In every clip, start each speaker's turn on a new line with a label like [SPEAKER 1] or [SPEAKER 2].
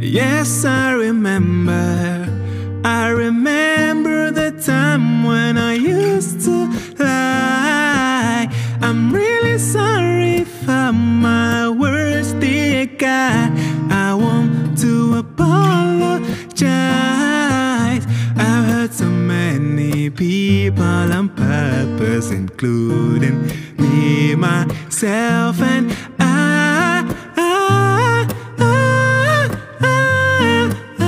[SPEAKER 1] Yes, I remember. I remember the time when I used to lie. I'm really sorry if I'm my worst dear guy. I want to apologize. I've hurt so many people on purpose, including me, myself, and I. I, I, I.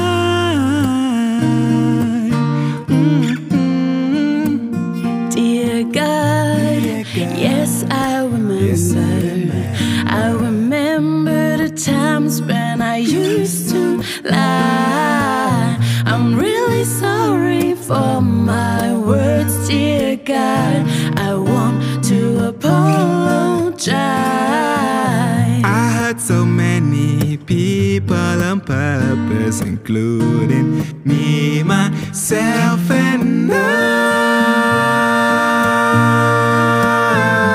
[SPEAKER 1] Mm, mm.
[SPEAKER 2] Dear God,
[SPEAKER 1] Dear God.
[SPEAKER 2] yes, I remember.
[SPEAKER 1] Yes, I
[SPEAKER 2] I remember the times when I used to lie. I'm really sorry for my words, dear God. I want to apologize.
[SPEAKER 1] I hurt so many people on purpose, including me, myself, and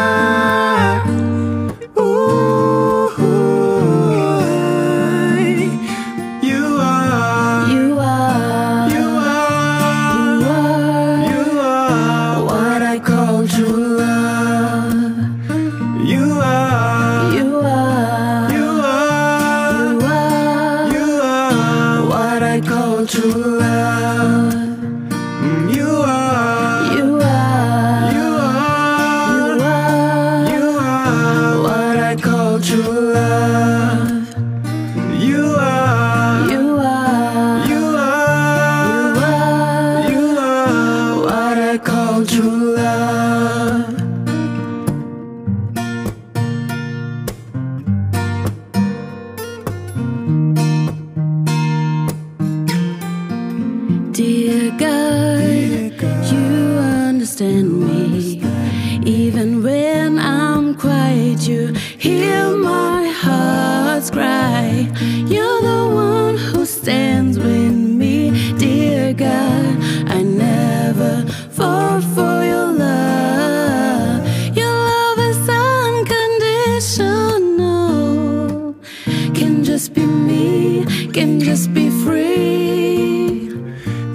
[SPEAKER 1] I. Ooh, I. You are.
[SPEAKER 2] You are,
[SPEAKER 1] You are.
[SPEAKER 2] you are
[SPEAKER 1] You are.
[SPEAKER 2] what I call true love.
[SPEAKER 1] You are.
[SPEAKER 2] You are,
[SPEAKER 1] You are.
[SPEAKER 2] you are
[SPEAKER 1] You are.
[SPEAKER 2] what I call true love.
[SPEAKER 1] Mm, You are.
[SPEAKER 2] You are,
[SPEAKER 1] You are.
[SPEAKER 2] you are
[SPEAKER 1] You are
[SPEAKER 2] what I call true love.
[SPEAKER 1] you are
[SPEAKER 2] You are,
[SPEAKER 1] you
[SPEAKER 2] you
[SPEAKER 1] are
[SPEAKER 2] are
[SPEAKER 1] you are
[SPEAKER 2] what I call true love. Dear God, you understand me. Even when I'm quiet, you hear my heart's cry. You're the one who stands with me, dear God. I never fall for your love. Your love is unconditional. Can just be me, can just be free.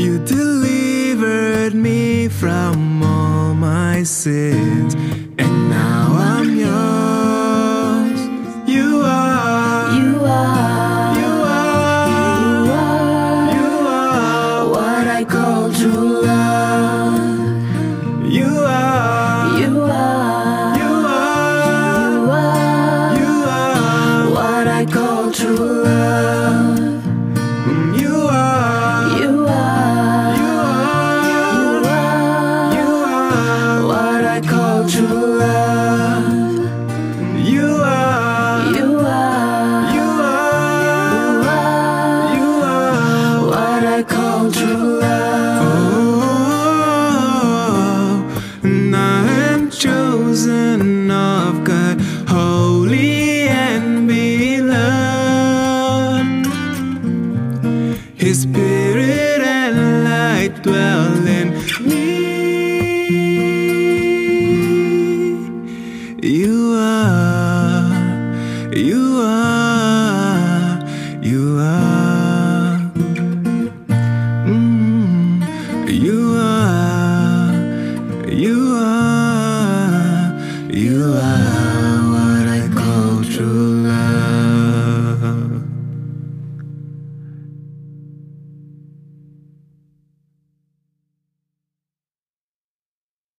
[SPEAKER 1] you delivered me from all my sins and now I'm yours you are you
[SPEAKER 2] You are.
[SPEAKER 1] are
[SPEAKER 2] You are
[SPEAKER 1] you are
[SPEAKER 2] what I call true love.
[SPEAKER 1] you are you
[SPEAKER 2] You are,
[SPEAKER 1] are
[SPEAKER 2] you are
[SPEAKER 1] you are
[SPEAKER 2] what I call true love.
[SPEAKER 1] Mm, you are
[SPEAKER 2] You
[SPEAKER 1] you are
[SPEAKER 2] are, you are
[SPEAKER 1] you are
[SPEAKER 2] what I call true love.
[SPEAKER 1] You are,
[SPEAKER 2] You are,
[SPEAKER 1] you are,
[SPEAKER 2] you are
[SPEAKER 1] you are.
[SPEAKER 2] what I call true love.
[SPEAKER 1] Oh, and I am chosen of God, holy and beloved. His spirit and light dwell in me. You are, you are, you are. Mm, you are, you are, you are.